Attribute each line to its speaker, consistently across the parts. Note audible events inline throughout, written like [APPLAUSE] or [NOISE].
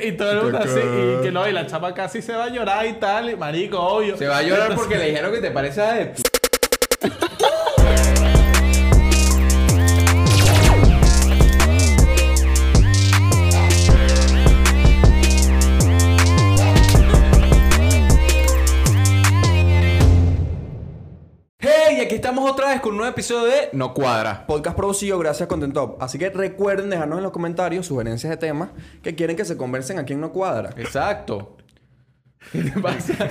Speaker 1: Y todo el mundo así, y que no, y la chapa casi se va a llorar y tal, y marico, obvio.
Speaker 2: Se va a llorar porque le dijeron que te parece a él. Hey, y aquí estamos otra vez con un nuevo episodio de No Cuadra.
Speaker 3: Podcast producido gracias a Content Top. Así que recuerden dejarnos en los comentarios sugerencias de temas que quieren que se conversen aquí en No Cuadra.
Speaker 2: Exacto.
Speaker 1: [LAUGHS]
Speaker 2: ¿Qué te pasa?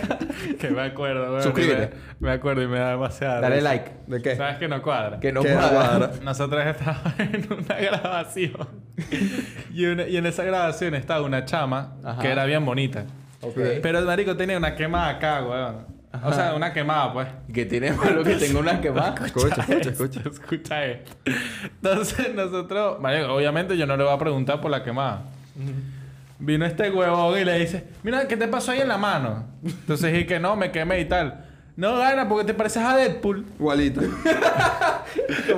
Speaker 1: Que me acuerdo, weón.
Speaker 2: Suscríbete.
Speaker 1: Me, me acuerdo y me da demasiada.
Speaker 2: Dale
Speaker 1: risa.
Speaker 2: like.
Speaker 3: ¿De qué?
Speaker 1: ¿Sabes que no cuadra?
Speaker 2: Que no
Speaker 3: Que no
Speaker 2: cuadra. [LAUGHS]
Speaker 3: cuadra.
Speaker 1: Nosotros estábamos [LAUGHS] en una grabación. Y, una- y en esa grabación estaba una chama
Speaker 2: Ajá.
Speaker 1: que era bien bonita.
Speaker 2: Ok.
Speaker 1: Pero el marico tenía una quemada acá, weón. O sea, una quemada, pues.
Speaker 2: Que tiene malo que tengo unas que más.
Speaker 3: Escucha, escucha, escucha.
Speaker 1: Escucha esto. Entonces nosotros, marico, obviamente yo no le voy a preguntar por la quemada. Vino este huevón y le dice, mira, ¿qué te pasó ahí en la mano? Entonces dije que no, me quemé y tal. No gana porque te pareces a Deadpool.
Speaker 3: Igualito.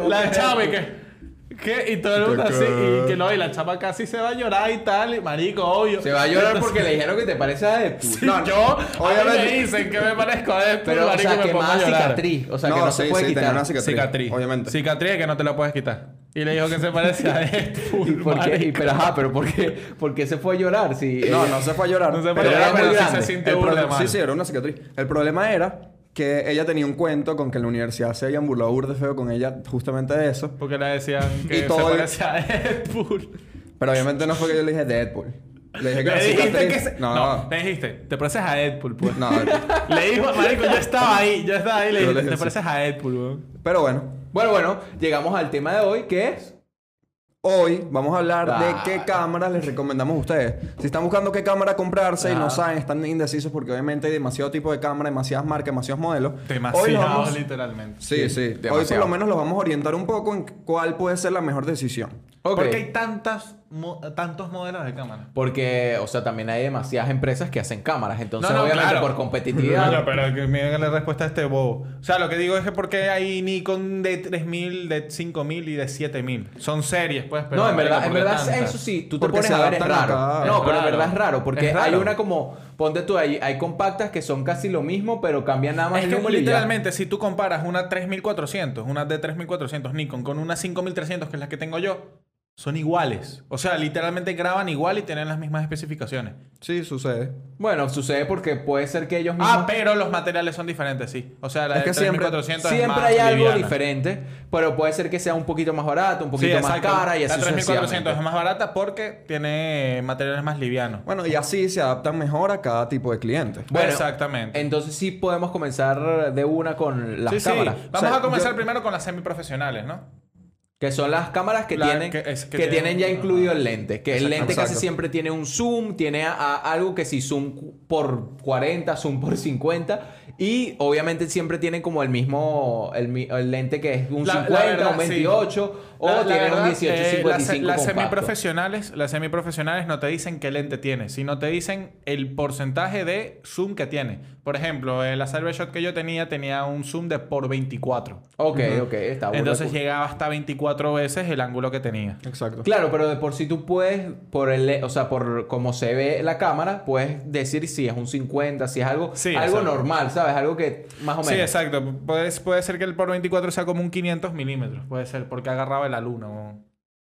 Speaker 1: La chava y que... ¿Qué? Y todo el mundo así. Y que no, y la chapa casi se va a llorar y tal. Y marico, obvio.
Speaker 2: Se va a llorar porque le dijeron que te parece a Deadpool. [LAUGHS]
Speaker 1: Sí, [LAUGHS] yo, obviamente.
Speaker 3: obviamente-
Speaker 1: me dicen que me parezco a Deadpool,
Speaker 2: Pero, o
Speaker 1: marico,
Speaker 2: sea,
Speaker 1: me
Speaker 2: que
Speaker 1: pongo a
Speaker 2: más
Speaker 1: llorar.
Speaker 2: cicatriz. O sea, que no se
Speaker 3: sí,
Speaker 2: puede
Speaker 3: sí, tenía
Speaker 2: quitar.
Speaker 3: una cicatriz.
Speaker 1: Cicatriz.
Speaker 3: Obviamente.
Speaker 1: Cicatriz que no te la puedes quitar. Y le dijo que se parece
Speaker 3: [LAUGHS]
Speaker 1: a Deadpool.
Speaker 2: ¿Y por qué? Y,
Speaker 1: marico.
Speaker 2: pero, ajá, pero ¿por qué, por qué se fue a llorar? Si,
Speaker 3: [LAUGHS] No,
Speaker 2: eh,
Speaker 3: no se fue a llorar.
Speaker 1: No se fue a
Speaker 3: Pero
Speaker 1: llorar,
Speaker 3: era
Speaker 1: pero
Speaker 3: muy
Speaker 1: sí
Speaker 3: grande.
Speaker 1: se sintió
Speaker 3: El
Speaker 1: burda
Speaker 3: problema-
Speaker 1: mal.
Speaker 3: Sí, sí, era una cicatriz. El problema era que ella tenía un cuento con que en la universidad se habían burlado burda feo con ella justamente de eso.
Speaker 1: Porque le decían que
Speaker 3: Y
Speaker 1: se
Speaker 3: todo el-
Speaker 1: parecía a Deadpool.
Speaker 3: Pero obviamente no fue que yo le dije Deadpool. Le dije
Speaker 1: [LAUGHS]
Speaker 3: que
Speaker 1: Le
Speaker 3: era
Speaker 1: dijiste
Speaker 3: cicatriz.
Speaker 1: que se...
Speaker 3: No,
Speaker 1: No, le dijiste, te pareces a Deadpool, pues.
Speaker 3: no.
Speaker 1: Le dijo, marico, yo estaba ahí, yo estaba ahí, le
Speaker 3: Yo
Speaker 1: dije,
Speaker 3: le
Speaker 1: te
Speaker 3: dije,
Speaker 1: pareces a Deadpool, weón.
Speaker 3: Pero bueno,
Speaker 2: Bueno, bueno, llegamos al tema de hoy que es.
Speaker 3: Hoy vamos a hablar
Speaker 2: Ah.
Speaker 3: de qué cámaras les recomendamos a ustedes. Si están buscando qué cámara comprarse y
Speaker 2: Ajá.
Speaker 3: no saben, están indecisos porque obviamente hay demasiado tipo de cámara, demasiadas marcas, demasiados modelos. Hoy
Speaker 1: Demasiado,
Speaker 3: los vamos-
Speaker 1: literalmente.
Speaker 2: Sí,
Speaker 3: Sí, sí. Hoy por
Speaker 2: demasiado.
Speaker 3: lo menos los vamos a orientar un poco en cuál puede ser la mejor decisión.
Speaker 2: Ok.
Speaker 1: Porque hay tantas, mo- tantos modelos de cámara.
Speaker 2: Porque, o sea, también hay demasiadas empresas que hacen cámaras. Entonces,
Speaker 1: No, no,
Speaker 2: obviamente,
Speaker 1: claro.
Speaker 2: por competitividad.
Speaker 1: Coño, pero que me hagan la respuesta a este bobo. O sea, lo que digo es que porque hay Nikon de 3000, de 5000 y de 7000. Son series, pues, pero
Speaker 2: no, en verdad,
Speaker 1: marico,
Speaker 2: en
Speaker 1: ¿por qué
Speaker 2: verdad,
Speaker 1: tantas?
Speaker 2: eso sí, tú te
Speaker 3: Porque
Speaker 2: pones
Speaker 3: se
Speaker 2: a ver, es
Speaker 3: adaptan a
Speaker 2: raro.
Speaker 3: cada-
Speaker 2: no,
Speaker 1: es
Speaker 2: pero en
Speaker 1: raro.
Speaker 2: verdad es raro, porque
Speaker 1: Es raro.
Speaker 2: hay una como, ponte tú, hay, hay compactas que son casi lo mismo, pero cambian nada más
Speaker 1: Es
Speaker 2: el
Speaker 1: que
Speaker 2: número y ya.
Speaker 1: literalmente, si tú comparas una 3400, una de 3400 Nikon con una 5300, que es la que tengo yo, son iguales. O sea, literalmente graban igual y tienen las mismas especificaciones.
Speaker 3: Sí, sucede.
Speaker 2: Bueno, sucede porque puede ser que ellos mismos...
Speaker 1: Ah, pero los materiales son diferentes, sí. O sea, la de
Speaker 3: Es que siempre-
Speaker 1: 3400 es
Speaker 2: Siempre
Speaker 1: más
Speaker 2: hay algo
Speaker 1: liviana.
Speaker 2: diferente, pero puede ser que sea un poquito más barato, un
Speaker 1: Sí,
Speaker 2: poquito más
Speaker 1: exacto.
Speaker 2: cara y así
Speaker 1: La 3400 es
Speaker 2: sucesivamente.
Speaker 1: más barata porque tiene materiales más livianos.
Speaker 3: Bueno, y así se adaptan mejor a cada tipo de cliente.
Speaker 2: Bueno,
Speaker 1: Exactamente.
Speaker 2: Entonces sí podemos comenzar de una con las
Speaker 1: Sí, sí.
Speaker 2: cámaras.
Speaker 1: Vamos
Speaker 2: O sea,
Speaker 1: a comenzar primero con las semiprofesionales, ¿no?
Speaker 2: Que son las cámaras que
Speaker 1: La-
Speaker 2: tienen,
Speaker 1: que
Speaker 2: que,
Speaker 1: es- que tienen-
Speaker 2: tienen ya incluido el lente. Que el
Speaker 1: Exacto,
Speaker 2: lente casi
Speaker 3: exacto.
Speaker 2: siempre tiene un zoom, tiene a- a- algo que si zoom cu- por 40, zoom por 50. Y obviamente siempre tienen como el mismo, el, mi- el lente que es un
Speaker 1: La- la
Speaker 2: 50,
Speaker 1: verdad,
Speaker 2: un
Speaker 1: sí.
Speaker 2: 28 o
Speaker 1: La- la
Speaker 2: tiene
Speaker 1: verdad,
Speaker 2: un 18,
Speaker 1: eh, las-
Speaker 2: 55
Speaker 1: las,
Speaker 2: compacto.
Speaker 1: semiprofesionales, las semiprofesionales no te dicen qué lente tiene, sino te dicen el porcentaje de zoom que tiene. Por ejemplo, eh, la Salve Shot que yo tenía tenía un zoom de por 24.
Speaker 2: Ok, ok, está bueno.
Speaker 1: Entonces llegaba hasta 24 veces el ángulo que tenía.
Speaker 3: Exacto.
Speaker 2: Claro, pero de por sí tú puedes, por el, o sea, por cómo se ve la cámara, puedes decir si es un 50, si es algo,
Speaker 1: Sí,
Speaker 2: algo
Speaker 1: exacto.
Speaker 2: normal, ¿sabes? Algo que más o menos.
Speaker 1: Sí, exacto. Puede, puede ser que el por 24 sea como un 500 milímetros. Puede ser, porque agarraba la luna. weón.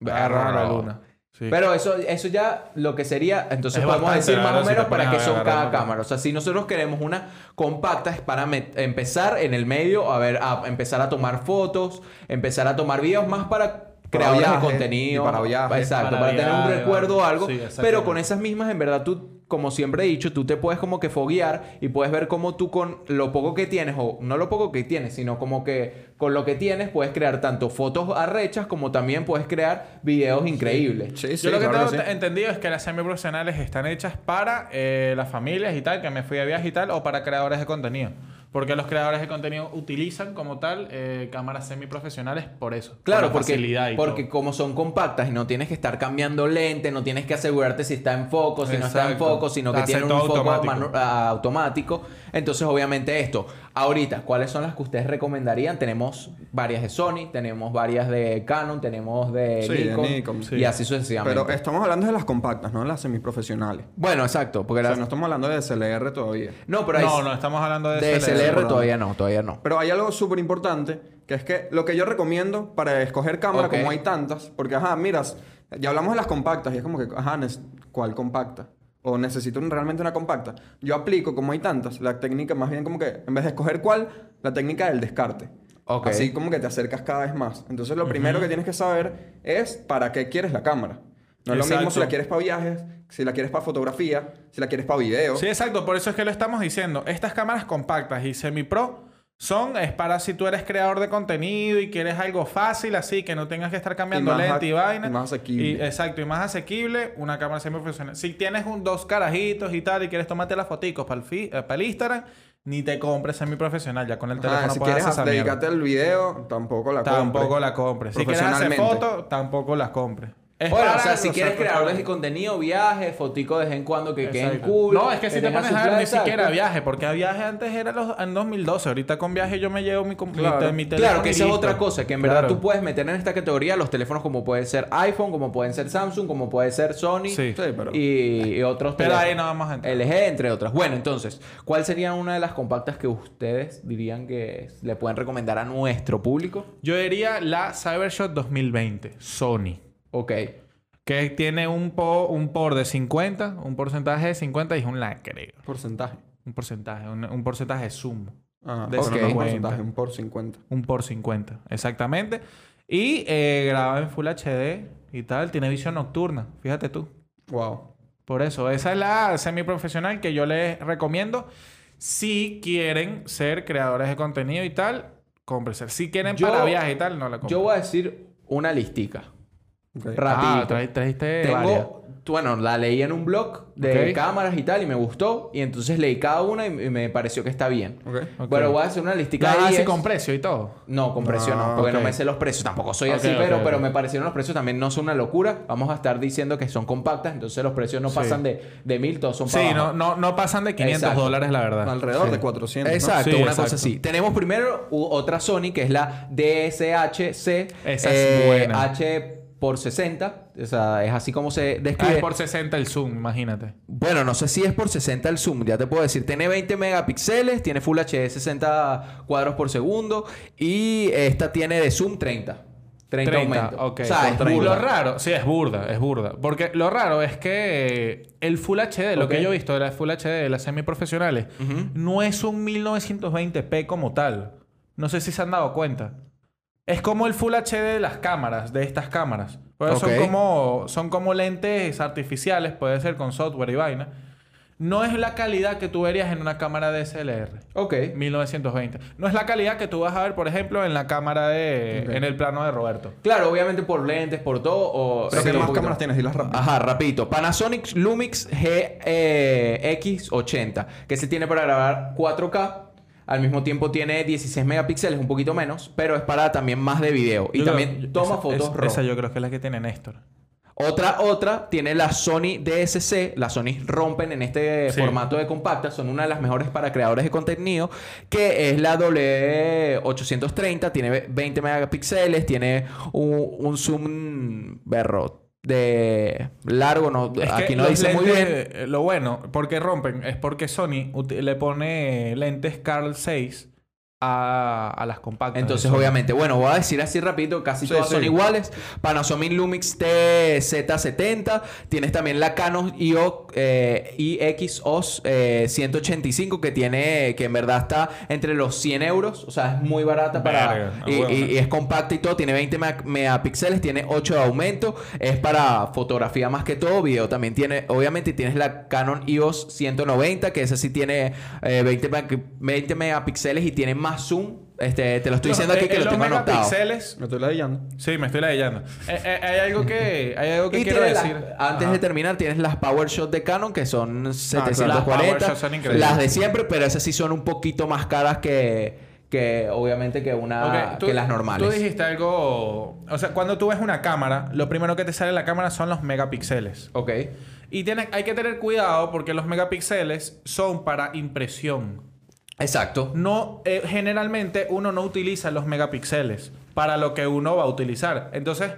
Speaker 1: Agarraba la
Speaker 2: Verga.
Speaker 1: luna. Sí.
Speaker 2: Pero eso, eso ya lo que sería, entonces
Speaker 1: Es
Speaker 2: podemos
Speaker 1: bastante,
Speaker 2: decir
Speaker 1: la
Speaker 2: más o
Speaker 1: verdad, si
Speaker 2: menos
Speaker 1: te
Speaker 2: para
Speaker 1: pones
Speaker 2: qué
Speaker 1: a
Speaker 2: son
Speaker 1: agarrar
Speaker 2: cada
Speaker 1: porque-
Speaker 2: cámara. O sea, si nosotros queremos una compacta es para me- empezar en el medio, a ver, a empezar a tomar fotos, empezar a tomar videos más para
Speaker 3: Para
Speaker 2: crear
Speaker 3: viajes,
Speaker 2: contenido.
Speaker 3: y para viajes.
Speaker 2: Exacto, para,
Speaker 1: Para
Speaker 2: tener un
Speaker 1: viajes,
Speaker 2: recuerdo o
Speaker 1: vale.
Speaker 2: algo.
Speaker 1: Sí, exactamente.
Speaker 2: pero con esas mismas, en verdad, tú, como siempre he dicho, tú te puedes como que foguear y puedes ver cómo tú con lo poco que tienes, o no lo poco que tienes, sino como que con lo que tienes puedes crear tanto fotos arrechas como también puedes crear videos increíbles.
Speaker 3: Sí, sí,
Speaker 1: Yo lo que
Speaker 3: claro
Speaker 1: tengo
Speaker 3: que sí.
Speaker 1: entendido es que las semiprofesionales están hechas para eh, las familias y tal, que me fui de viaje y tal, o para creadores de contenido. Porque los creadores de contenido utilizan como tal eh, cámaras semiprofesionales por eso. por
Speaker 2: Claro,
Speaker 1: la facilidad
Speaker 2: porque,
Speaker 1: y
Speaker 2: porque
Speaker 1: todo.
Speaker 2: como son compactas y no tienes que estar cambiando lente, no tienes que asegurarte si está en foco, si no está en
Speaker 1: Exacto.
Speaker 2: foco, sino que
Speaker 1: Hace
Speaker 2: tiene un
Speaker 1: todo
Speaker 2: foco
Speaker 1: automático.
Speaker 2: manu- ah, automático. Entonces, obviamente, esto Ahorita, ¿cuáles son las que ustedes recomendarían? Tenemos varias de Sony, tenemos varias de Canon, tenemos de
Speaker 3: Sí, de
Speaker 2: Nikon,
Speaker 3: Nikon, sí.
Speaker 2: y así sucesivamente.
Speaker 3: Pero estamos hablando de las compactas, no de las semiprofesionales.
Speaker 2: Bueno, exacto, porque
Speaker 3: O sea,
Speaker 2: las-
Speaker 3: no estamos hablando de SLR todavía.
Speaker 2: No, pero hay...
Speaker 1: No, no, estamos hablando de,
Speaker 2: de
Speaker 1: SLR.
Speaker 2: SLR
Speaker 3: perdón.
Speaker 2: todavía no, todavía no.
Speaker 3: Pero hay algo súper importante, que es que lo que yo recomiendo para escoger cámara,
Speaker 2: Ok.
Speaker 3: como hay tantas, porque, ajá, miras, ya hablamos de las compactas y es como que, ajá, nes- ¿cuál compacta? O necesito un- realmente una compacta. Yo aplico, como hay tantas, la técnica más bien como que, en vez de escoger cuál, la técnica del descarte.
Speaker 2: Ok.
Speaker 3: Así como que te acercas cada vez más. Entonces lo primero que tienes que saber es para qué quieres la cámara. No es lo mismo
Speaker 1: Exacto.
Speaker 3: si la quieres para viajes, si la quieres para fotografía, si la quieres para video.
Speaker 1: Sí, exacto. Por eso es que lo estamos diciendo. Estas cámaras compactas y semi-pro son... Es para si tú eres creador de contenido y quieres algo fácil así, que no tengas que estar cambiando
Speaker 3: más
Speaker 1: lente
Speaker 3: ac-
Speaker 1: y vaina.
Speaker 3: y más asequible.
Speaker 1: Y- exacto. Y más asequible, una cámara semi-profesional. Si tienes un, dos carajitos y tal y quieres tomarte las foticos para el, fi- eh, para el Instagram, ni te compres semi-profesional. Ya con el
Speaker 3: Ajá,
Speaker 1: teléfono
Speaker 3: si
Speaker 1: puedes
Speaker 3: quieres
Speaker 1: hacer esa mierda.
Speaker 3: dedicarte al video, tampoco la
Speaker 1: Tampoco
Speaker 3: compres.
Speaker 1: la compres. Si quieres hacer
Speaker 3: Profesionalmente.
Speaker 1: fotos, tampoco las compres. Es
Speaker 2: Bueno, o
Speaker 1: para
Speaker 2: sea, si
Speaker 1: los
Speaker 2: quieres
Speaker 1: otros
Speaker 2: creadores de
Speaker 1: canales.
Speaker 2: contenido, viajes, fotico de vez en cuando que queden
Speaker 1: Exacto.
Speaker 2: cool.
Speaker 1: No, es que si te
Speaker 2: tengan
Speaker 1: pones
Speaker 2: su
Speaker 1: a ver, ni
Speaker 2: clase,
Speaker 1: siquiera
Speaker 2: exacto.
Speaker 1: viaje, porque a viaje antes era los, en 2012. Ahorita con viaje yo me llevo mi, com- mi
Speaker 3: Claro.
Speaker 1: te- mi teléfono.
Speaker 2: Claro,
Speaker 1: y
Speaker 2: que esa es
Speaker 1: listo.
Speaker 2: otra cosa, que en verdad
Speaker 1: Claro.
Speaker 2: tú puedes meter en esta categoría los teléfonos como pueden ser iPhone, como pueden ser Samsung, como puede ser Sony
Speaker 1: Sí.
Speaker 3: Sí, pero-
Speaker 2: y, y otros
Speaker 1: Pero ahí no
Speaker 2: teléfonos.
Speaker 1: vamos a entrar.
Speaker 2: LG, entre otras. Bueno, entonces, ¿cuál sería una de las compactas que ustedes dirían que le pueden recomendar a nuestro público?
Speaker 1: Yo diría la Cybershot 2020, Sony.
Speaker 2: Ok.
Speaker 1: Que tiene un, po, un por de 50, un porcentaje de 50 y es un lacre.
Speaker 3: Porcentaje.
Speaker 1: Un porcentaje, un, un porcentaje sumo.
Speaker 3: Ah,
Speaker 1: De
Speaker 3: ok.
Speaker 2: cincuenta.
Speaker 3: un porcentaje, un por 50.
Speaker 1: Un por 50, exactamente. Y eh, graba en Full HD y tal. Tiene visión nocturna, fíjate tú.
Speaker 3: Wow.
Speaker 1: Por eso, esa es la semiprofesional que yo les recomiendo. Si quieren ser creadores de contenido y tal, cómprense. Si quieren
Speaker 2: Yo-
Speaker 1: para viajes y tal, no la compren.
Speaker 2: Yo voy a decir una listica.
Speaker 3: Ok.
Speaker 1: Ah,
Speaker 2: Rapidito.
Speaker 1: tra- trajiste Eh, varias.
Speaker 2: Tengo, bueno, la leí en un blog de
Speaker 1: Ok.
Speaker 2: cámaras y tal y me gustó. Y entonces leí cada una y y me pareció que está bien.
Speaker 3: Ok.
Speaker 1: Ok.
Speaker 2: Bueno, voy a hacer una listica
Speaker 1: Las
Speaker 2: de
Speaker 1: haces
Speaker 2: 10.
Speaker 1: con precio y todo.
Speaker 2: No, con precio no,
Speaker 3: Ah,
Speaker 2: porque
Speaker 1: ok.
Speaker 2: no me sé los precios. Tampoco soy
Speaker 1: Ok,
Speaker 2: así,
Speaker 1: ok,
Speaker 2: pero,
Speaker 1: ok.
Speaker 2: pero me parecieron los precios también no son una locura. Vamos a estar diciendo que son compactas, entonces los precios no
Speaker 1: Sí.
Speaker 2: pasan de, de mil, todos son para
Speaker 1: Sí,
Speaker 2: abajo.
Speaker 1: no, no, no pasan de 500
Speaker 2: Exacto.
Speaker 1: dólares, la verdad.
Speaker 3: Alrededor de 400. ¿no?
Speaker 2: Exacto,
Speaker 1: Sí,
Speaker 2: una
Speaker 1: exacto.
Speaker 2: cosa así. Tenemos primero u- otra Sony que es la DSHC
Speaker 1: Esa es buena.
Speaker 2: eh, H por 60, o sea, es así como se
Speaker 1: Ah,
Speaker 2: describe.
Speaker 1: es por 60 el zoom, imagínate.
Speaker 2: Bueno, no sé si es por 60 el zoom, ya te puedo decir. Tiene 20 megapíxeles, tiene Full HD 60 cuadros por segundo y esta tiene de zoom 30. 30,
Speaker 1: 30,
Speaker 2: aumentos.
Speaker 1: ok.
Speaker 2: O sea, es
Speaker 1: Con 30.
Speaker 2: burda.
Speaker 1: Lo raro, sí, es burda, es burda. Porque lo raro es que el Full HD, lo
Speaker 2: Ok.
Speaker 1: que yo he visto de la Full HD, de las semiprofesionales, no es un 1920p como tal. No sé si se han dado cuenta. Es como el Full HD de las cámaras, de estas cámaras. Pero
Speaker 2: Ok.
Speaker 1: son, como, son como lentes artificiales, puede ser con software y vaina. No es la calidad que tú verías en una cámara DSLR.
Speaker 2: Ok.
Speaker 1: 1920. No es la calidad que tú vas a ver, por ejemplo, en la cámara de... En el plano de Roberto.
Speaker 2: Claro, obviamente por lentes, por todo. O
Speaker 3: Pero
Speaker 2: Sí,
Speaker 3: ¿qué
Speaker 2: un
Speaker 3: más
Speaker 2: poquito.
Speaker 3: cámaras tienes? Y las rápidas.
Speaker 2: Ajá, rapidito. Panasonic Lumix GX80, que se tiene para grabar 4K. Al mismo tiempo tiene 16 megapíxeles, un poquito menos, pero es para también más de video. Y
Speaker 1: Yo
Speaker 2: también
Speaker 1: creo-
Speaker 2: toma
Speaker 1: esa-
Speaker 2: fotos
Speaker 1: esa-
Speaker 2: RAW.
Speaker 1: Esa yo creo que es la que tiene Néstor.
Speaker 2: Otra, otra, tiene la Sony DSC. Las Sony rompen en este
Speaker 1: Sí.
Speaker 2: formato de compacta. Son una de las mejores para creadores de contenido. Que es la W830. Tiene ve- 20 megapíxeles. Tiene un, un zoom mm, berro de largo. No,
Speaker 1: Es que
Speaker 2: aquí no
Speaker 1: los
Speaker 2: dice muy
Speaker 1: lentes,
Speaker 2: bien.
Speaker 1: eh, Lo bueno, porque rompen, es porque Sony ut- le pone lentes Carl 6 a, a las compactas. de
Speaker 2: Entonces,
Speaker 1: Sony.
Speaker 2: obviamente, bueno, voy a decir así rápido, casi
Speaker 3: Sí,
Speaker 2: todas
Speaker 3: sí.
Speaker 2: son iguales. Panasonic Lumix TZ70, tienes también la Canon IO, eh, IXOS eh, 185 que tiene, que en verdad está entre los 100 euros, o sea, es muy barata para...
Speaker 1: Verga,
Speaker 2: y,
Speaker 3: ah,
Speaker 1: a huevo.
Speaker 2: y- y es compacta y todo, tiene 20 mega- megapíxeles, tiene 8 de aumento, es para fotografía más que todo, video también tiene, obviamente tienes la Canon IOS 190, que esa sí tiene eh, 20, mega- 20 megapíxeles y tiene más zoom, este, te lo estoy
Speaker 1: No,
Speaker 2: diciendo aquí
Speaker 1: eh,
Speaker 2: que
Speaker 1: eh,
Speaker 2: lo
Speaker 1: los
Speaker 2: tengo anotado.
Speaker 1: megapíxeles-
Speaker 3: Me estoy ladillando.
Speaker 1: Sí, me estoy leyendo. Eh, hay algo que, hay algo que
Speaker 2: Y
Speaker 1: quiero
Speaker 2: tiene la-
Speaker 1: decir.
Speaker 2: antes
Speaker 1: Ajá. Ah,
Speaker 2: de terminar, tienes las Power Shot de Canon, que son
Speaker 1: Las
Speaker 2: 740.
Speaker 1: Power Shot son
Speaker 2: las,
Speaker 1: increíbles.
Speaker 2: de siempre, pero esas sí son un poquito más caras que, que obviamente, que una
Speaker 1: Ok, tú-
Speaker 2: que las
Speaker 1: Tú
Speaker 2: normales.
Speaker 1: dijiste algo. O sea, cuando tú ves una cámara, lo primero que te sale en la cámara son los megapíxeles.
Speaker 2: Ok.
Speaker 1: Y tienes, hay que tener cuidado porque los megapíxeles son para impresión.
Speaker 2: Exacto.
Speaker 1: no eh, generalmente uno no utiliza los megapíxeles para lo que uno va a utilizar. Entonces,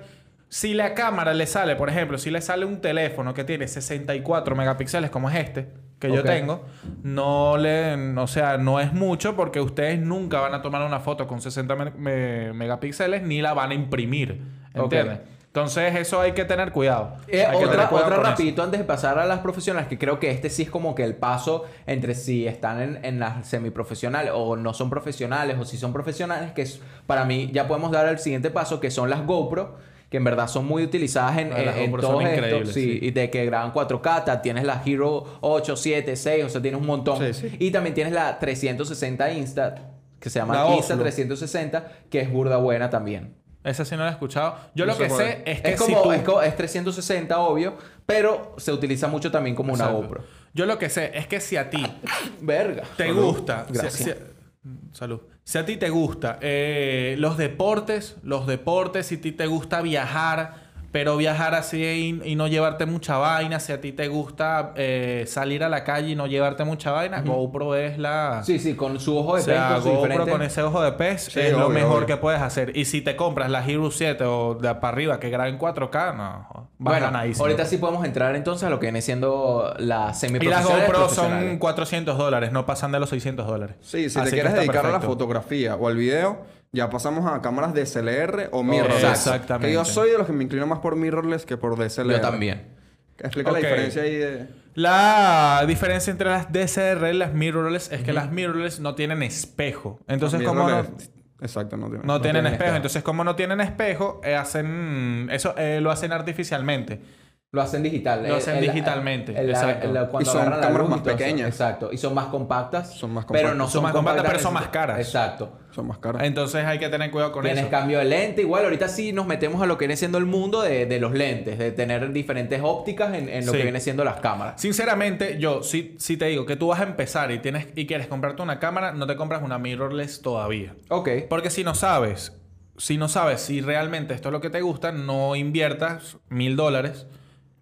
Speaker 1: si la cámara le sale, por ejemplo, si le sale un teléfono que tiene 64 megapíxeles como es este que yo
Speaker 2: Ok.
Speaker 1: tengo, no le, o sea, no es mucho porque ustedes nunca van a tomar una foto con 60 me- me- megapíxeles ni la van a imprimir,
Speaker 2: Ok.
Speaker 1: ¿entiendes? Entonces, eso hay que tener cuidado.
Speaker 2: Eh,
Speaker 1: Hay que tener
Speaker 2: otra
Speaker 1: cuidado
Speaker 2: otra
Speaker 1: con eso.
Speaker 2: rapidito antes de pasar a las profesionales, que creo que este sí es como que el paso entre si están en, en las semiprofesionales o no son profesionales o si son profesionales, que es, para mí ya podemos dar el siguiente paso, que son las GoPro, que en verdad son muy utilizadas en,
Speaker 1: Ah, las
Speaker 2: en- en
Speaker 1: GoPro son
Speaker 2: todos estos.
Speaker 1: increíbles,
Speaker 2: Sí,
Speaker 1: sí.
Speaker 2: y de que graban 4K, ta- tienes la Hero 8, 7, 6, o sea, tienes un
Speaker 1: Sí,
Speaker 2: montón.
Speaker 1: sí.
Speaker 2: Y también tienes la 360 Insta, que se llama
Speaker 3: La
Speaker 2: Insta
Speaker 3: Oslo.
Speaker 2: 360, que es burda buena también.
Speaker 1: Esa sí no la he escuchado. Yo
Speaker 3: No
Speaker 1: lo
Speaker 3: sé
Speaker 1: que
Speaker 3: cuál
Speaker 1: sé es
Speaker 2: Es,
Speaker 1: que si
Speaker 2: como,
Speaker 1: tú-
Speaker 2: es, co- es 360, obvio, pero se utiliza mucho también como una
Speaker 1: Exacto.
Speaker 2: GoPro.
Speaker 1: Yo lo que sé es que si a ti
Speaker 2: Verga.
Speaker 1: te
Speaker 2: Salud.
Speaker 1: gusta.
Speaker 2: Gracias.
Speaker 1: Si, si- mm, salud. Si a ti te gusta eh, los deportes, los deportes, si a ti te gusta viajar, pero viajar así y, y no llevarte mucha vaina, si a ti te gusta eh, salir a la calle y no llevarte mucha vaina, GoPro es la...
Speaker 2: Sí, sí, con su ojo
Speaker 1: O
Speaker 2: de
Speaker 1: sea,
Speaker 2: pez, con su
Speaker 1: GoPro
Speaker 2: diferente-
Speaker 1: con ese ojo de pez
Speaker 3: Sí,
Speaker 1: es lo
Speaker 3: obvio,
Speaker 1: mejor
Speaker 3: obvio.
Speaker 1: que puedes hacer. Y si te compras la Hero 7 o de para arriba que graba en 4K, no.
Speaker 2: Bueno,
Speaker 1: ahí
Speaker 2: ahorita sí podemos entrar entonces a lo que viene siendo la
Speaker 1: Y las
Speaker 2: semiprofesional.
Speaker 1: GoPro son 400 dólares, no pasan de los 600 dólares.
Speaker 3: Sí, si
Speaker 1: Así
Speaker 3: te
Speaker 1: que
Speaker 3: quieres
Speaker 1: está
Speaker 3: dedicar a la
Speaker 1: perfecto.
Speaker 3: fotografía o al video, ya pasamos a cámaras DSLR o mirrorless.
Speaker 1: Exactamente.
Speaker 3: Que yo soy de los que me inclino más por mirrorless que por DSLR.
Speaker 2: Yo también.
Speaker 3: Explica
Speaker 1: Ok.
Speaker 3: la diferencia ahí de...
Speaker 1: La diferencia entre las DSR y las mirrorless es que las mirrorless no tienen espejo. Entonces, como no,
Speaker 3: Mirrorless- Exacto, no tiene.
Speaker 1: no tienen
Speaker 2: tienen
Speaker 1: espejo,
Speaker 2: espejo.
Speaker 1: entonces como no tienen espejo, eh, hacen eso eh, lo hacen artificialmente.
Speaker 2: Lo hacen digital.
Speaker 1: Lo hacen digitalmente, exacto.
Speaker 2: cuando
Speaker 3: Y son
Speaker 2: agarran la luz
Speaker 3: cámaras
Speaker 2: y
Speaker 3: más
Speaker 2: todo eso.
Speaker 3: pequeñas.
Speaker 2: Exacto. Y son más compactas.
Speaker 3: Son más
Speaker 2: Pero
Speaker 3: compactas.
Speaker 2: no
Speaker 1: Son
Speaker 2: son
Speaker 1: más compactas, pero son
Speaker 2: en-
Speaker 1: más caras.
Speaker 2: Exacto.
Speaker 3: Son más caras.
Speaker 1: Entonces hay que tener cuidado con
Speaker 2: Tienes
Speaker 1: eso.
Speaker 2: cambio de lente, igual ahorita sí nos metemos a lo que viene siendo el mundo de, de los lentes, de tener diferentes ópticas en, en lo
Speaker 1: Sí.
Speaker 2: que viene siendo las cámaras.
Speaker 1: Sinceramente, yo si, si te digo que tú vas a empezar y tienes y quieres comprarte una cámara, no te compras una mirrorless todavía.
Speaker 2: Ok.
Speaker 1: Porque si no sabes, si no sabes si realmente esto es lo que te gusta, no inviertas mil dólares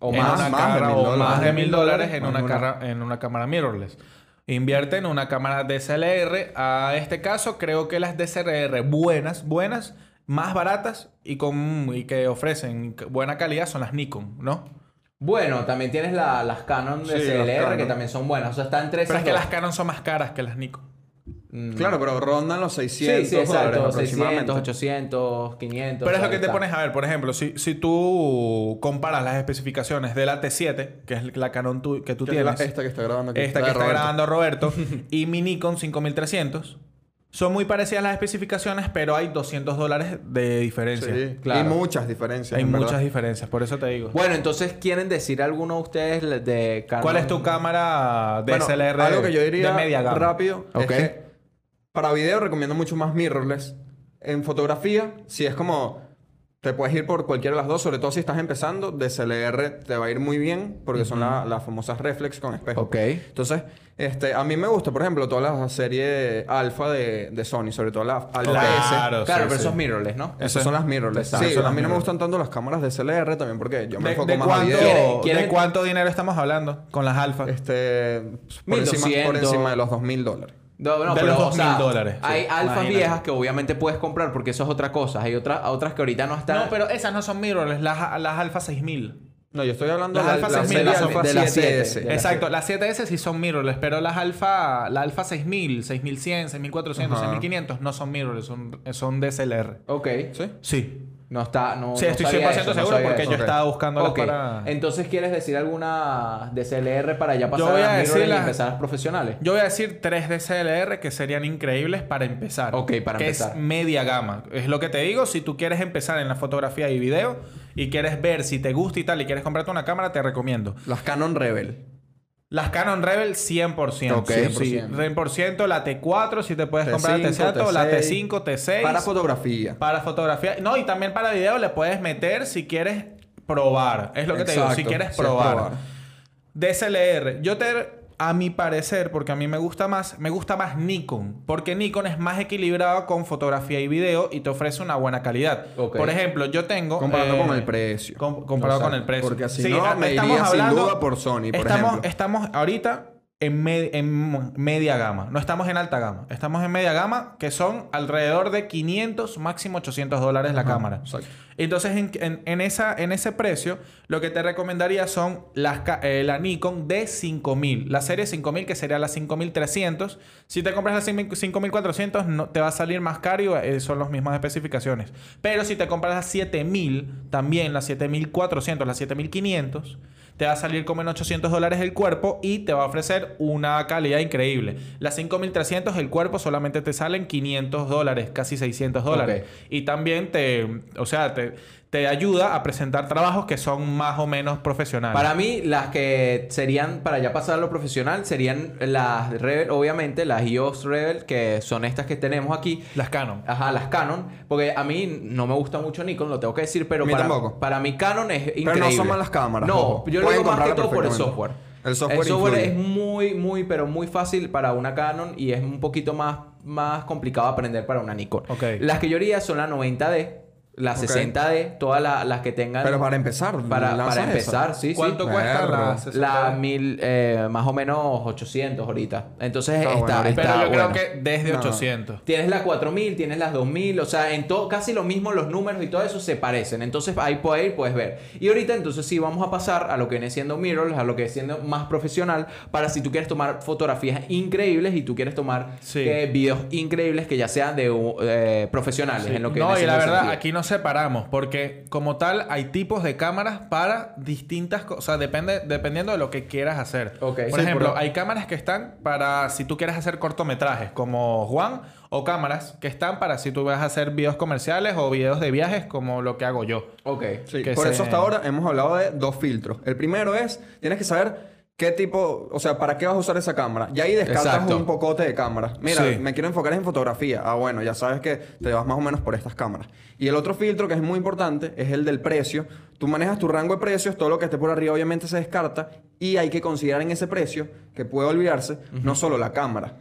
Speaker 2: O
Speaker 1: en
Speaker 2: más,
Speaker 1: una
Speaker 3: más de
Speaker 1: cámara-
Speaker 3: mil
Speaker 1: o
Speaker 3: dólares.
Speaker 1: más de mil dólares en
Speaker 3: Más
Speaker 1: una,
Speaker 3: una.
Speaker 1: cámara- en una cámara mirrorless. Invierte en una cámara DSLR. A este caso, creo que las DSLR buenas, buenas, más baratas y, con, y que ofrecen buena calidad son las Nikon, ¿no?
Speaker 2: Bueno, también tienes la- las Canon
Speaker 3: Sí,
Speaker 2: de
Speaker 3: las
Speaker 2: CLR
Speaker 3: Canon.
Speaker 2: que también son buenas. O sea, están
Speaker 1: Pero
Speaker 2: entre esas
Speaker 1: es que
Speaker 2: dos.
Speaker 1: las Canon son más caras que las Nikon.
Speaker 2: Mm.
Speaker 3: Claro, pero rondan los
Speaker 2: Sí,
Speaker 3: 600
Speaker 2: sí,
Speaker 3: dólares
Speaker 2: exacto.
Speaker 3: aproximadamente.
Speaker 2: 600, 800, 500.
Speaker 1: Pero es
Speaker 2: o sea,
Speaker 1: lo que te
Speaker 2: está.
Speaker 1: pones a ver, por ejemplo, si, si tú comparas las especificaciones de la T7, que es la Canon tú- que tú
Speaker 3: Que es la-
Speaker 1: tienes,
Speaker 3: esta que está grabando aquí.
Speaker 1: esta
Speaker 3: la
Speaker 1: que
Speaker 3: de
Speaker 1: está
Speaker 3: Roberto.
Speaker 1: grabando [LAUGHS] Roberto, y mi Nikon 5300, son muy parecidas las especificaciones, pero hay 200 dólares de diferencia.
Speaker 3: Sí,
Speaker 2: Claro.
Speaker 3: Hay muchas diferencias.
Speaker 1: hay
Speaker 3: en verdad.
Speaker 1: muchas diferencias, por eso te digo.
Speaker 2: Bueno, entonces, ¿quieren decir alguno de ustedes le- de Canon?
Speaker 1: ¿Cuál es tu cámara
Speaker 3: Bueno,
Speaker 1: DSLR
Speaker 3: algo que yo
Speaker 1: de media
Speaker 3: diría
Speaker 1: gama?
Speaker 3: rápido
Speaker 2: Ok.
Speaker 3: es que para video recomiendo mucho más mirrorless. En fotografía, si es como te puedes ir por cualquiera de las dos, sobre todo si estás empezando, DSLR te va a ir muy bien porque son la- las famosas reflex con espejo.
Speaker 2: Ok.
Speaker 3: Entonces, este, a mí me gusta, por ejemplo, toda la serie alfa de, de Sony, sobre todo la alfa S.
Speaker 1: Claro,
Speaker 2: Claro,
Speaker 1: sí,
Speaker 2: pero
Speaker 1: sí.
Speaker 2: esos mirrorless, ¿no?
Speaker 3: Esas son las mirrorless.
Speaker 1: Exacto.
Speaker 3: Sí,
Speaker 1: Son
Speaker 3: a
Speaker 1: las
Speaker 3: mí no me
Speaker 1: mirrorless.
Speaker 3: gustan tanto las cámaras DSLR también porque yo me
Speaker 1: ¿De,
Speaker 3: enfoco
Speaker 1: de
Speaker 3: más a
Speaker 1: cuánto,
Speaker 3: video.
Speaker 2: ¿Quieren- quieren-
Speaker 1: ¿De cuánto dinero estamos hablando con las alfa?
Speaker 3: Este, por, encima, por
Speaker 2: 1200.
Speaker 3: encima de los 2.000 dólares.
Speaker 2: No, no,
Speaker 1: De
Speaker 2: pero,
Speaker 1: los
Speaker 2: o
Speaker 1: 2000
Speaker 2: sea,
Speaker 1: dólares, sí.
Speaker 2: Hay alfas
Speaker 1: Imagínate.
Speaker 2: viejas que obviamente puedes comprar porque eso es otra cosa. Hay otras, otras que ahorita no están.
Speaker 1: No, pero esas no son mirrorless, las, las alfa 6000.
Speaker 3: No, yo estoy hablando
Speaker 1: Las
Speaker 3: de
Speaker 1: Alfa
Speaker 3: la
Speaker 1: 6000,
Speaker 3: serie
Speaker 1: las
Speaker 3: Alfa
Speaker 2: de las
Speaker 3: 7S.
Speaker 2: siete. De las
Speaker 1: Exacto, las 7S sí son mirrorless, pero las Alfa, la Alfa 6000, 6100, 6400,
Speaker 3: Ajá.
Speaker 1: 6500 no son mirrorless, son, son DSLR.
Speaker 2: Ok.
Speaker 3: ¿Sí?
Speaker 1: Sí.
Speaker 2: No está. No,
Speaker 1: Sí,
Speaker 2: no
Speaker 1: estoy 100%
Speaker 2: sabía eso, no
Speaker 1: seguro
Speaker 2: sabía
Speaker 1: porque
Speaker 2: eso.
Speaker 1: yo
Speaker 3: Ok.
Speaker 1: estaba buscando
Speaker 2: Ok.
Speaker 1: para...
Speaker 2: Entonces, ¿quieres decir alguna DSLR para ya pasar
Speaker 1: voy
Speaker 2: a,
Speaker 1: a
Speaker 2: las
Speaker 1: decir
Speaker 2: mirrorless y
Speaker 1: las-
Speaker 2: empezar a las profesionales?
Speaker 1: Yo voy a decir tres DSLR que serían increíbles para empezar.
Speaker 2: Ok, para
Speaker 1: que
Speaker 2: empezar.
Speaker 1: es media gama. Es lo que te digo, si tú quieres empezar en la fotografía y video y quieres ver si te gusta y tal y quieres comprarte una cámara, te recomiendo.
Speaker 3: Las Canon Rebel.
Speaker 1: Las Canon Rebel 100%.
Speaker 2: Ok.
Speaker 1: Sí, 100%. La T4, si te puedes
Speaker 3: T5,
Speaker 1: comprar la T7, la
Speaker 3: T6,
Speaker 1: T5, T6.
Speaker 3: Para fotografía.
Speaker 1: Para fotografía. No, y también para video le puedes meter si quieres probar. Es lo que te digo, si
Speaker 3: Exacto,
Speaker 1: quieres
Speaker 3: si es
Speaker 1: probar.
Speaker 3: probar.
Speaker 1: DSLR. Yo te... A mi parecer, porque a mí me gusta más, me gusta más Nikon, porque Nikon es más equilibrado con fotografía y video y te ofrece una buena calidad.
Speaker 2: Ok.
Speaker 1: Por ejemplo, yo tengo
Speaker 3: Comparando
Speaker 1: eh,
Speaker 3: con el precio.
Speaker 1: com- comparado
Speaker 2: Exacto,
Speaker 1: con el precio.
Speaker 3: porque si
Speaker 1: Sí,
Speaker 3: no,
Speaker 1: a-
Speaker 3: me
Speaker 1: estamos
Speaker 3: iría sin
Speaker 1: hablando-
Speaker 3: duda por Sony, por
Speaker 1: estamos,
Speaker 3: ejemplo.
Speaker 1: estamos ahorita en, me- en media gama. No estamos en alta gama. Estamos en media gama, que son alrededor de 500, máximo 800 dólares la cámara.
Speaker 3: exacto.
Speaker 1: Entonces, en, en- en esa, en ese precio, lo que te recomendaría son las, ca- eh, la Nikon D5000. La serie 5000, que sería la 5300. Si te compras la 5000 5400, no, te va a salir más caro. y, eh, son las mismas especificaciones. Pero si te compras la 7000, también la 7400, la 7500... Te va a salir como en 800 dólares el cuerpo y te va a ofrecer una calidad increíble. La 5300, el cuerpo solamente te salen 500 dólares, casi 600 dólares.
Speaker 2: Ok.
Speaker 1: Y también te, o sea, te, te ayuda a presentar trabajos que son más o menos profesionales.
Speaker 2: Para mí, las que serían, para ya pasar a lo profesional, serían las Rebel, obviamente, las EOS Rebel, que son estas que tenemos aquí.
Speaker 1: las Canon.
Speaker 2: Ajá, las Canon. Porque a mí no me gusta mucho Nikon, lo tengo que decir, pero
Speaker 3: A mí
Speaker 2: para,
Speaker 3: tampoco.
Speaker 2: para mí Canon es increíble.
Speaker 3: no son malas cámaras,
Speaker 2: No,
Speaker 3: ojo.
Speaker 2: yo lo
Speaker 3: Pueden
Speaker 2: digo más que
Speaker 3: comprarla
Speaker 2: todo por el
Speaker 3: perfectamente.
Speaker 2: software.
Speaker 3: El software influye.
Speaker 2: es muy, muy, pero muy fácil para una Canon y es un poquito más, más complicado aprender para una Nikon.
Speaker 1: Ok.
Speaker 2: Las que yo haría son la 90D, la
Speaker 3: Ok.
Speaker 2: 60D, todas la- las que tengan...
Speaker 3: Pero para empezar,
Speaker 2: Para,
Speaker 3: lanzas
Speaker 2: para
Speaker 3: esa.
Speaker 2: empezar, sí, sí.
Speaker 1: ¿Cuánto cuesta
Speaker 3: Perro.
Speaker 1: la
Speaker 2: La
Speaker 1: 60?
Speaker 2: mil, eh, más o menos 800 ahorita. Entonces
Speaker 3: Está
Speaker 2: está,
Speaker 3: bueno ahorita.
Speaker 2: está
Speaker 1: Pero yo creo
Speaker 2: bueno.
Speaker 1: que desde
Speaker 3: No.
Speaker 1: 800.
Speaker 2: Tienes las 4000, tienes las 2000, o sea, en todo casi lo mismo, los números y todo eso se parecen. Entonces ahí puedes ir, puedes ver. Y ahorita entonces sí vamos a pasar a lo que viene siendo mirrorless, a lo que viene siendo más profesional, para si tú quieres tomar fotografías increíbles y tú quieres tomar
Speaker 1: Sí.
Speaker 2: eh, videos increíbles que ya sean de uh, eh, profesionales en lo que
Speaker 1: no,
Speaker 2: viene
Speaker 1: y la
Speaker 2: siendo ese
Speaker 1: verdad,
Speaker 2: sentido.
Speaker 1: aquí nos separamos porque como tal hay tipos de cámaras para distintas cosas, o sea, depende, dependiendo de lo que quieras hacer.
Speaker 2: Ok. Sí,
Speaker 1: Por ejemplo,
Speaker 3: por-
Speaker 1: hay cámaras que están para si tú quieres hacer cortometrajes como Juan o cámaras que están para si tú vas a hacer videos comerciales o videos de viajes como lo que hago yo.
Speaker 2: Ok.
Speaker 3: Sí,
Speaker 1: que
Speaker 3: por
Speaker 1: se-
Speaker 3: eso hasta ahora hemos hablado de dos filtros. El primero es, tienes que saber qué tipo, o sea, para qué vas a usar esa cámara. Y ahí descartas
Speaker 2: Exacto.
Speaker 3: un pocote de cámaras. Mira,
Speaker 1: Sí.
Speaker 3: me quiero enfocar en fotografía. Ah, bueno, ya sabes que te vas más o menos por estas cámaras. Y el otro filtro que es muy importante es el del precio. Tú manejas tu rango de precios, todo lo que esté por arriba obviamente se descarta y hay que considerar en ese precio, que puede olvidarse, no solo la cámara.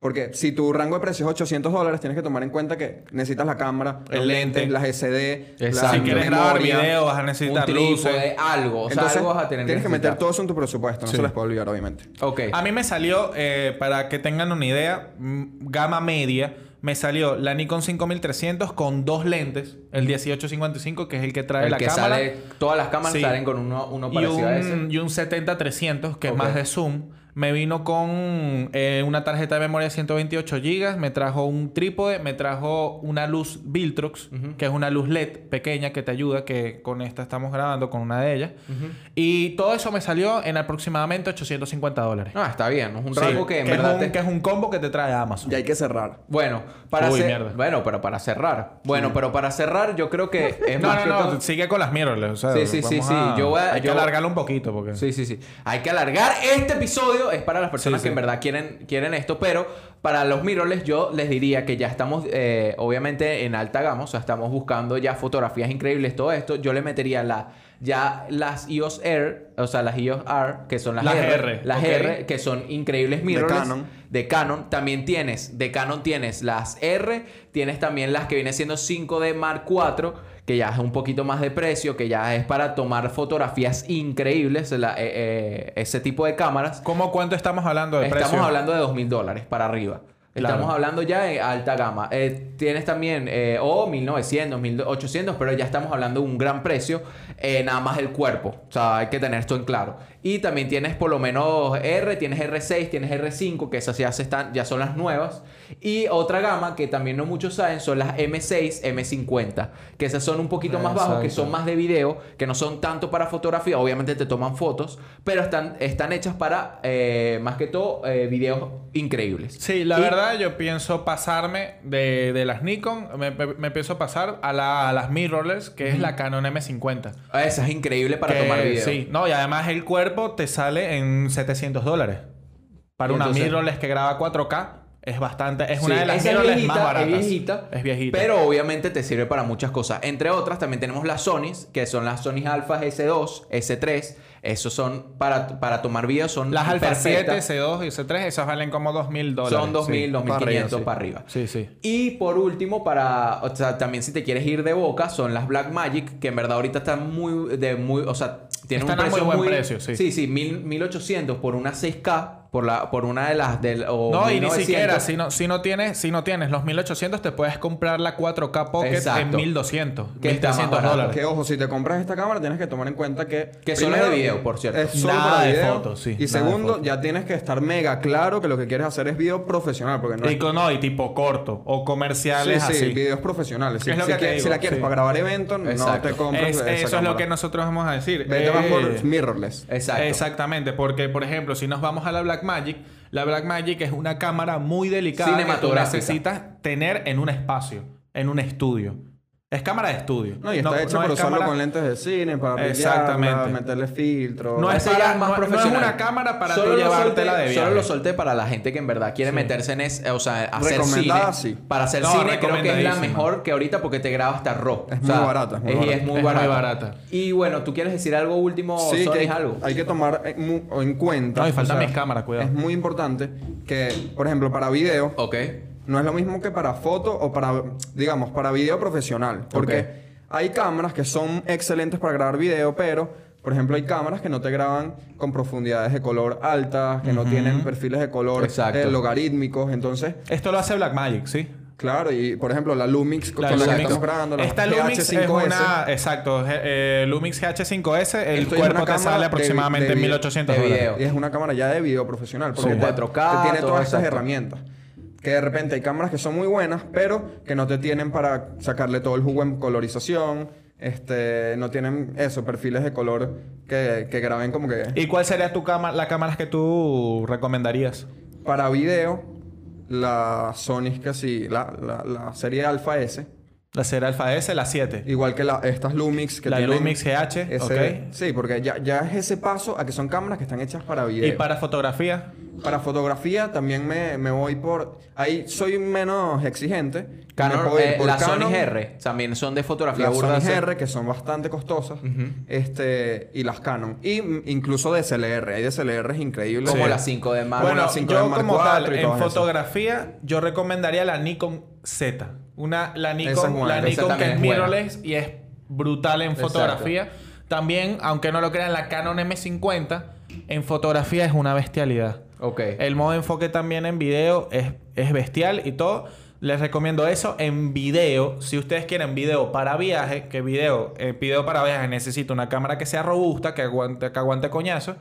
Speaker 3: Porque si tu rango de precios es 800 dólares, tienes que tomar en cuenta que necesitas la cámara,
Speaker 1: El
Speaker 3: los
Speaker 1: lente.
Speaker 3: lentes, las SD,
Speaker 2: Exacto.
Speaker 3: la
Speaker 1: Si quieres grabar
Speaker 3: memoria.
Speaker 1: video vas a
Speaker 2: Un
Speaker 1: necesitar
Speaker 2: trípode,
Speaker 1: luces.
Speaker 2: algo. O sea,
Speaker 3: Entonces,
Speaker 2: algo vas a tener
Speaker 3: tienes que meter
Speaker 2: necesitar.
Speaker 3: todo eso en tu presupuesto. No se les puede olvidar, obviamente.
Speaker 2: Ok.
Speaker 1: A mí me salió, eh, para que tengan una idea, mm, gama media, me salió la Nikon 5300 con dos lentes, el 1855 que es el que trae
Speaker 2: el
Speaker 1: la
Speaker 2: que
Speaker 1: cámara.
Speaker 2: sale, todas las cámaras
Speaker 1: Sí.
Speaker 2: salen con uno, uno
Speaker 1: y
Speaker 2: parecido a
Speaker 1: un,
Speaker 2: ese.
Speaker 1: y un 70-300, que
Speaker 2: Ok.
Speaker 1: es más de zoom. Me vino con eh, una tarjeta de memoria de 128 GB, me trajo un trípode, me trajo una luz Viltrox, que es una luz LED pequeña que te ayuda, que con esta estamos grabando, con una de ellas. Y todo eso me salió en aproximadamente 850 dólares.
Speaker 2: No, está bien. Es un
Speaker 1: Sí,
Speaker 2: rango que en verdad
Speaker 1: es un,
Speaker 2: te-
Speaker 1: que es un combo que te trae Amazon.
Speaker 3: Y hay que cerrar.
Speaker 2: Bueno, para
Speaker 1: Uy,
Speaker 2: cer-
Speaker 1: mierda.
Speaker 2: bueno, pero para cerrar. Bueno, pero para cerrar yo creo
Speaker 1: [LAUGHS]
Speaker 2: que es
Speaker 1: No,
Speaker 2: más
Speaker 1: no,
Speaker 2: que
Speaker 1: no,
Speaker 2: todo-
Speaker 1: sigue con las mirrorless. O sea,
Speaker 2: Sí, sí, sí,
Speaker 1: vamos
Speaker 2: sí,
Speaker 1: a-
Speaker 2: yo voy a-
Speaker 1: Hay
Speaker 2: yo-
Speaker 1: que alargarlo un poquito porque...
Speaker 2: Sí, sí, sí. Hay que alargar este episodio. Es para las personas
Speaker 1: Sí,
Speaker 2: que
Speaker 1: sí.
Speaker 2: en verdad quieren, quieren esto. Pero para los mirrorless yo les diría que ya estamos, eh, obviamente, en alta gama. O sea, estamos buscando ya fotografías increíbles, todo esto. Yo le metería la, ya las EOS Air, o sea, las EOS R, que son las,
Speaker 1: Las
Speaker 2: R,
Speaker 1: R,
Speaker 2: Las
Speaker 1: ok.
Speaker 2: R, que son increíbles mirrorless.
Speaker 3: Canon.
Speaker 2: De Canon. También tienes, de Canon tienes las R. Tienes también las que viene siendo 5D Mark IV, que ya es un poquito más de precio, que ya es para tomar fotografías increíbles, la- eh, eh, ese tipo de cámaras.
Speaker 1: ¿Cómo cuánto estamos hablando de
Speaker 2: Estamos
Speaker 1: precio?
Speaker 2: hablando de 2.000 dólares para arriba.
Speaker 1: Claro.
Speaker 2: Estamos hablando ya de alta gama. Eh, tienes también, eh, o 1900, 1800, pero ya estamos hablando de un gran precio, eh, nada más el cuerpo. O sea, hay que tener esto en claro. Y también tienes por lo menos R, tienes R6, tienes R5, que esas ya, se están, ya son las nuevas. Y otra gama que también no muchos saben son las M6, M50, que esas son un poquito más bajas, que son más de video, que no son tanto para fotografía, obviamente te toman fotos, pero están, están hechas para, eh, más que todo, eh, videos increíbles.
Speaker 1: Sí, la
Speaker 2: Y-
Speaker 1: verdad yo pienso pasarme de, de las Nikon, me, me- me pienso pasar a, la- a las mirrorless, que es la Canon M50.
Speaker 2: Ah, Esa es increíble para
Speaker 1: Que,
Speaker 2: tomar videos.
Speaker 1: Sí, no, y además el cuerpo te sale en 700 dólares. Para
Speaker 2: Y
Speaker 1: una
Speaker 2: entonces-
Speaker 1: mirrorless que graba 4K es bastante, es una
Speaker 2: Sí,
Speaker 1: de las
Speaker 2: esa es
Speaker 1: mirrorless
Speaker 2: viejita,
Speaker 1: más baratas.
Speaker 2: Es viejita.
Speaker 1: Es viejita.
Speaker 2: Pero obviamente te sirve para muchas cosas. Entre otras, también tenemos las Sonys, que son las Sony Alpha S2, S3. Esos son para, para tomar videos, son
Speaker 1: las Alpha 7,
Speaker 2: perfectas.
Speaker 1: C2 y C3, esas valen como 2.000 dólares.
Speaker 2: Son 2000,
Speaker 1: sí.
Speaker 2: 2500
Speaker 3: sí.
Speaker 2: para arriba.
Speaker 1: Sí, sí.
Speaker 2: Y por último, para, o sea, también si te quieres ir de boca, son las Black Magic, que en verdad ahorita están muy, de muy, o sea, tienen
Speaker 1: Están
Speaker 2: un
Speaker 1: a muy
Speaker 2: precio
Speaker 1: buen precio, sí.
Speaker 2: Sí, sí, mil- 1800 por una 6K. por, la, por una de las... Del, o
Speaker 1: No, y ni
Speaker 2: 1900.
Speaker 1: siquiera, si no, si, no tienes, si no tienes los 1800, te puedes comprar la 4K Pocket en
Speaker 2: Exacto.
Speaker 1: 1200,
Speaker 2: Que está más
Speaker 1: 1300
Speaker 2: barato.
Speaker 1: dólares.
Speaker 3: Que ojo, si te compras esta cámara tienes que tomar en cuenta que.
Speaker 2: Que solo es de video, por cierto.
Speaker 3: Es solo
Speaker 1: Nada
Speaker 3: para
Speaker 1: de
Speaker 3: video.
Speaker 1: fotos, sí,
Speaker 3: Y
Speaker 1: nada de
Speaker 3: segundo,
Speaker 1: fotos.
Speaker 3: ya tienes que estar mega claro que lo que quieres hacer es video profesional. Porque no
Speaker 1: Y, con- no, y tipo corto o
Speaker 3: es. Sí,
Speaker 1: comerciales
Speaker 3: sí,
Speaker 1: así.
Speaker 3: videos profesionales. Si,
Speaker 1: Es lo
Speaker 3: si
Speaker 1: que te
Speaker 3: quieres- si
Speaker 1: digo,
Speaker 3: la quieres
Speaker 1: sí.
Speaker 3: para grabar eventos,
Speaker 2: Exacto.
Speaker 3: no te compras.
Speaker 1: Es-
Speaker 3: esa
Speaker 1: eso es
Speaker 3: cámara.
Speaker 1: lo que nosotros vamos a decir.
Speaker 3: Vete más por
Speaker 1: Eh,
Speaker 3: mirrorless.
Speaker 2: Exacto.
Speaker 1: Exactamente, porque por ejemplo, si nos vamos a la Blackmagic, la Blackmagic es una cámara muy delicada que tú
Speaker 2: Cinematográfica.
Speaker 1: necesitas tener en un espacio, en un estudio. Es cámara de estudio.
Speaker 3: No, y está hecho
Speaker 1: es
Speaker 3: para usarlo
Speaker 1: cámara-
Speaker 3: con lentes de cine, para brillarla,
Speaker 1: Exactamente.
Speaker 3: meterle filtro.
Speaker 1: No es
Speaker 2: Ese
Speaker 1: para-
Speaker 2: ya
Speaker 1: no- no es una cámara para tú
Speaker 2: lo
Speaker 1: llevártela
Speaker 2: solté-
Speaker 1: de viaje.
Speaker 2: Solo lo solté para la gente que en verdad quiere meterse en es, o sea, hacer cine.
Speaker 3: Recomendada, sí.
Speaker 2: Para hacer
Speaker 1: No,
Speaker 2: cine creo que es la
Speaker 1: recomendadísima.
Speaker 2: mejor que ahorita porque te graba hasta RAW.
Speaker 3: Es muy barata, es muy
Speaker 2: y
Speaker 3: barata.
Speaker 2: es muy
Speaker 1: Es muy
Speaker 2: barata.
Speaker 1: barata.
Speaker 2: Y bueno, ¿tú quieres decir algo último,
Speaker 3: Sí, que
Speaker 2: Sony,
Speaker 3: hay,
Speaker 2: algo?
Speaker 3: hay que tomar en, mu- en cuenta.
Speaker 1: No, y faltan
Speaker 3: o sea,
Speaker 1: mis cámaras, cuidado.
Speaker 3: Es muy importante que, por ejemplo, para video,
Speaker 2: Ok.
Speaker 3: no es lo mismo que para foto o para, digamos, para video profesional. Porque
Speaker 2: Ok.
Speaker 3: hay cámaras que son excelentes para grabar video, pero, por ejemplo, hay cámaras que no te graban con profundidades de color altas, que no tienen perfiles de color
Speaker 2: Exacto.
Speaker 3: eh, logarítmicos. Entonces,
Speaker 1: Esto lo hace Blackmagic, ¿sí?
Speaker 3: claro, y por ejemplo, la Lumix
Speaker 1: La
Speaker 3: con la que
Speaker 1: Lumix.
Speaker 3: estamos grabando, la
Speaker 1: Esta Lumix es
Speaker 3: GH5S,
Speaker 1: una... Exacto. eh, eh, Lumix GH5S. El
Speaker 3: Esto es
Speaker 1: cuerpo
Speaker 3: una
Speaker 1: te
Speaker 3: cámara
Speaker 1: sale
Speaker 3: de-
Speaker 1: aproximadamente
Speaker 3: de
Speaker 1: en
Speaker 3: vi-
Speaker 1: 1800
Speaker 2: de
Speaker 1: dólares.
Speaker 2: video.
Speaker 3: Y es una cámara ya de video profesional. Porque
Speaker 2: Sí.
Speaker 3: te-
Speaker 2: 4K,
Speaker 3: te tiene
Speaker 2: todo,
Speaker 3: todas esas
Speaker 2: exacto.
Speaker 3: herramientas. Que de repente hay cámaras que son muy buenas, pero que no te tienen para sacarle todo el jugo en colorización. Este, no tienen eso, perfiles de color que, que graben como que...
Speaker 1: ¿Y cuál sería tu cámara, la cámara que tú recomendarías?
Speaker 3: Para video, la Sony es que sí, la, la, la serie Alpha S.
Speaker 1: La serie Alpha S, la 7.
Speaker 3: Igual que la, estas Lumix que
Speaker 1: La
Speaker 3: tienen
Speaker 1: Lumix GH,
Speaker 3: ese-
Speaker 1: ok.
Speaker 3: Sí, porque ya, ya es ese paso a que son cámaras que están hechas para video.
Speaker 1: ¿Y para fotografía?
Speaker 3: Para fotografía también me, me voy por... Ahí soy menos exigente.
Speaker 2: Canon,
Speaker 3: Me puedo ir
Speaker 2: eh,
Speaker 3: por
Speaker 2: la
Speaker 3: Canon,
Speaker 2: Sony R también son de fotografía
Speaker 3: Las
Speaker 2: burda,
Speaker 3: Sony
Speaker 2: se-
Speaker 3: R, que son bastante costosas.
Speaker 2: Ujú.
Speaker 3: este Y las Canon. Y mm, incluso DSLR. Hay DSLR increíbles.
Speaker 2: Como
Speaker 1: Sí.
Speaker 2: la 5 de marzo.
Speaker 3: Bueno,
Speaker 1: Bueno,
Speaker 3: la 5D
Speaker 1: yo
Speaker 3: Mark
Speaker 1: como tal,
Speaker 3: IV y
Speaker 1: en
Speaker 3: todas esas.
Speaker 1: fotografía, yo recomendaría la Nikon Z. Una, la
Speaker 3: Esa es
Speaker 1: Nikon,
Speaker 3: buena,
Speaker 1: la
Speaker 3: esa
Speaker 1: Nikon
Speaker 2: también
Speaker 1: que es
Speaker 2: es buena.
Speaker 1: mirrorless y es brutal en fotografía. También, aunque no lo crean, la Canon M50 en fotografía es una bestialidad.
Speaker 2: ok.
Speaker 3: Eh,
Speaker 1: El modo de enfoque también en video es, es bestial y todo. Les recomiendo eso en video. Si ustedes quieren video para viaje, que video, eh, video para viaje necesita una cámara que sea robusta, que aguante, que aguante coñazo,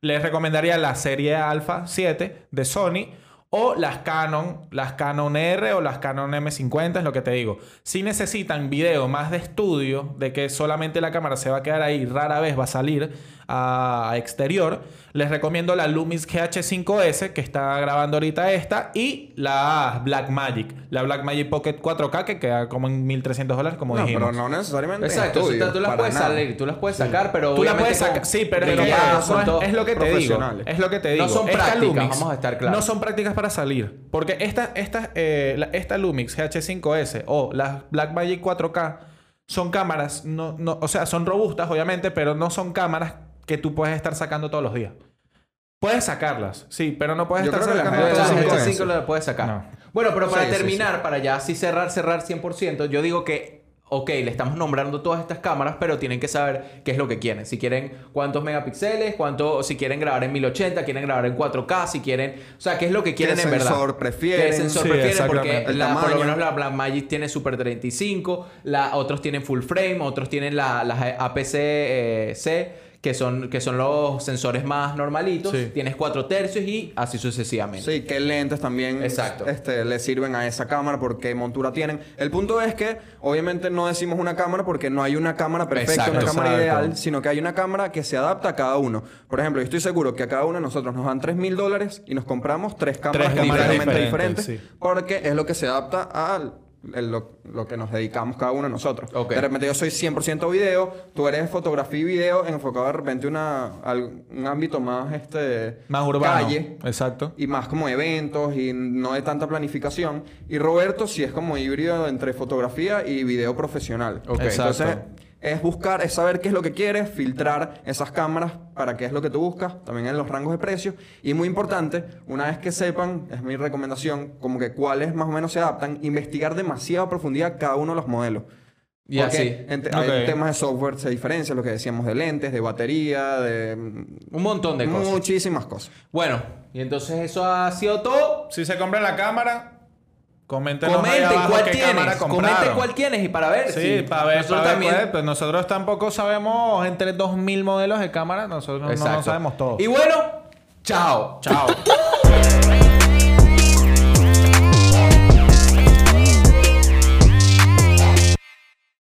Speaker 1: les recomendaría la serie Alpha 7 de Sony o las Canon, las Canon R o las Canon M50, es lo que te digo. Si necesitan video más de estudio, de que solamente la cámara se va a quedar ahí, rara vez va a salir a a exterior, les recomiendo la Lumix GH5S que está grabando ahorita esta y la Blackmagic, la Blackmagic Pocket 4K que queda como en 1300 dólares, como
Speaker 3: No,
Speaker 1: dijimos.
Speaker 3: pero no necesariamente en
Speaker 2: Exacto, o sea,
Speaker 3: estudio,
Speaker 2: tú las
Speaker 3: para
Speaker 2: puedes
Speaker 3: nada.
Speaker 2: salir, tú las puedes sacar, pero
Speaker 1: Tú la
Speaker 2: obviamente
Speaker 1: puedes
Speaker 2: con-
Speaker 1: sacar, sí, pero es,
Speaker 2: con
Speaker 1: que-
Speaker 2: pago,
Speaker 1: no
Speaker 2: con
Speaker 1: es-
Speaker 2: todo.
Speaker 1: es lo que te digo.
Speaker 3: profesionales.
Speaker 1: Es lo que te digo.
Speaker 2: No son
Speaker 1: Esta
Speaker 2: prácticas,
Speaker 1: Lumix
Speaker 2: vamos a estar claros.
Speaker 1: No son prácticas para salir. Porque esta, esta, eh, la- esta Lumix GH5S o las Blackmagic 4K son cámaras, no, no, o sea, son robustas, obviamente, pero no son cámaras que tú puedes estar sacando todos los días. Puedes sacarlas, sí, pero no puedes
Speaker 3: Yo
Speaker 1: estar
Speaker 3: creo que las
Speaker 1: sacando
Speaker 2: Pero
Speaker 3: Pero
Speaker 1: todos
Speaker 2: las
Speaker 3: son
Speaker 1: los
Speaker 2: Delta
Speaker 1: días.
Speaker 3: coherentes.
Speaker 2: 5 la puedes sacar.
Speaker 1: No.
Speaker 2: Bueno, pero para
Speaker 3: Sí, sí,
Speaker 2: terminar, para ya así cerrar, cerrar 100%, yo digo que, ok, le estamos nombrando todas estas cámaras, pero tienen que saber qué es lo que quieren. Si quieren cuántos megapíxeles, cuánto, si quieren grabar en 1080, quieren grabar en 4K, si quieren, o sea, qué es lo que quieren en verdad.
Speaker 3: sensor prefieren?
Speaker 2: ¿Qué sensor
Speaker 1: Sí,
Speaker 2: prefieren? Porque
Speaker 1: exactamente.
Speaker 3: El
Speaker 2: la- por lo
Speaker 3: tamaño.
Speaker 2: menos la Blackmagic tiene Super 35, la, otros tienen full frame, otros tienen la- las APC-C. eh, Que son, que son los sensores más normalitos.
Speaker 1: Sí.
Speaker 2: Tienes 4 tercios y así sucesivamente.
Speaker 3: Sí, qué lentes también
Speaker 2: Exacto.
Speaker 3: Este, le sirven a esa cámara, por qué montura tienen. El punto es que, obviamente, no decimos una cámara porque no hay una cámara perfecta,
Speaker 2: Exacto.
Speaker 3: una cámara
Speaker 1: Exacto.
Speaker 3: ideal, sino que hay una cámara que se adapta a cada uno. Por ejemplo, yo estoy seguro que a cada uno de nosotros nos dan 3 mil dólares y nos compramos tres cámaras
Speaker 1: Tres cámaras
Speaker 3: completamente diferentes,
Speaker 1: diferentes,
Speaker 3: porque es lo que se adapta a lo, lo que nos dedicamos cada uno de nosotros.
Speaker 2: Ok.
Speaker 3: De repente yo soy 100% video, tú eres fotografía y video enfocado de repente una, a un ámbito más este
Speaker 1: Más urbano.
Speaker 3: calle
Speaker 1: Exacto.
Speaker 3: y más como eventos y no de tanta planificación. Y Roberto sí es como híbrido entre fotografía y video profesional.
Speaker 2: Ok.
Speaker 1: Exacto.
Speaker 3: Entonces es buscar, es saber qué es lo que quieres, filtrar esas cámaras para qué es lo que tú buscas, también en los rangos de precios. Y muy importante, una vez que sepan, es mi recomendación, como que cuáles más o menos se adaptan, investigar demasiado a profundidad cada uno de los modelos.
Speaker 2: Y
Speaker 3: Porque
Speaker 2: así.
Speaker 3: ente- hay
Speaker 1: Ok.
Speaker 3: temas de software se diferencia, lo que decíamos de lentes, de batería, de mm,
Speaker 2: Un montón de cosas.
Speaker 3: muchísimas cosas.
Speaker 2: Bueno, y entonces eso ha sido todo.
Speaker 1: Si se compra la cámara, comenten
Speaker 2: Comenten cuál
Speaker 1: qué
Speaker 2: tienes.
Speaker 1: cámara compraron.
Speaker 2: Comenten cuál tienes y para ver.
Speaker 1: Sí,
Speaker 2: si
Speaker 1: para ver,
Speaker 2: Nosotros
Speaker 1: pa' ver,
Speaker 2: también.
Speaker 1: pues, pues, nosotros tampoco sabemos entre 2000 modelos de cámara, nosotros no- no,
Speaker 2: Exacto.
Speaker 1: sabemos todo.
Speaker 2: Y bueno, chao.
Speaker 1: Chao.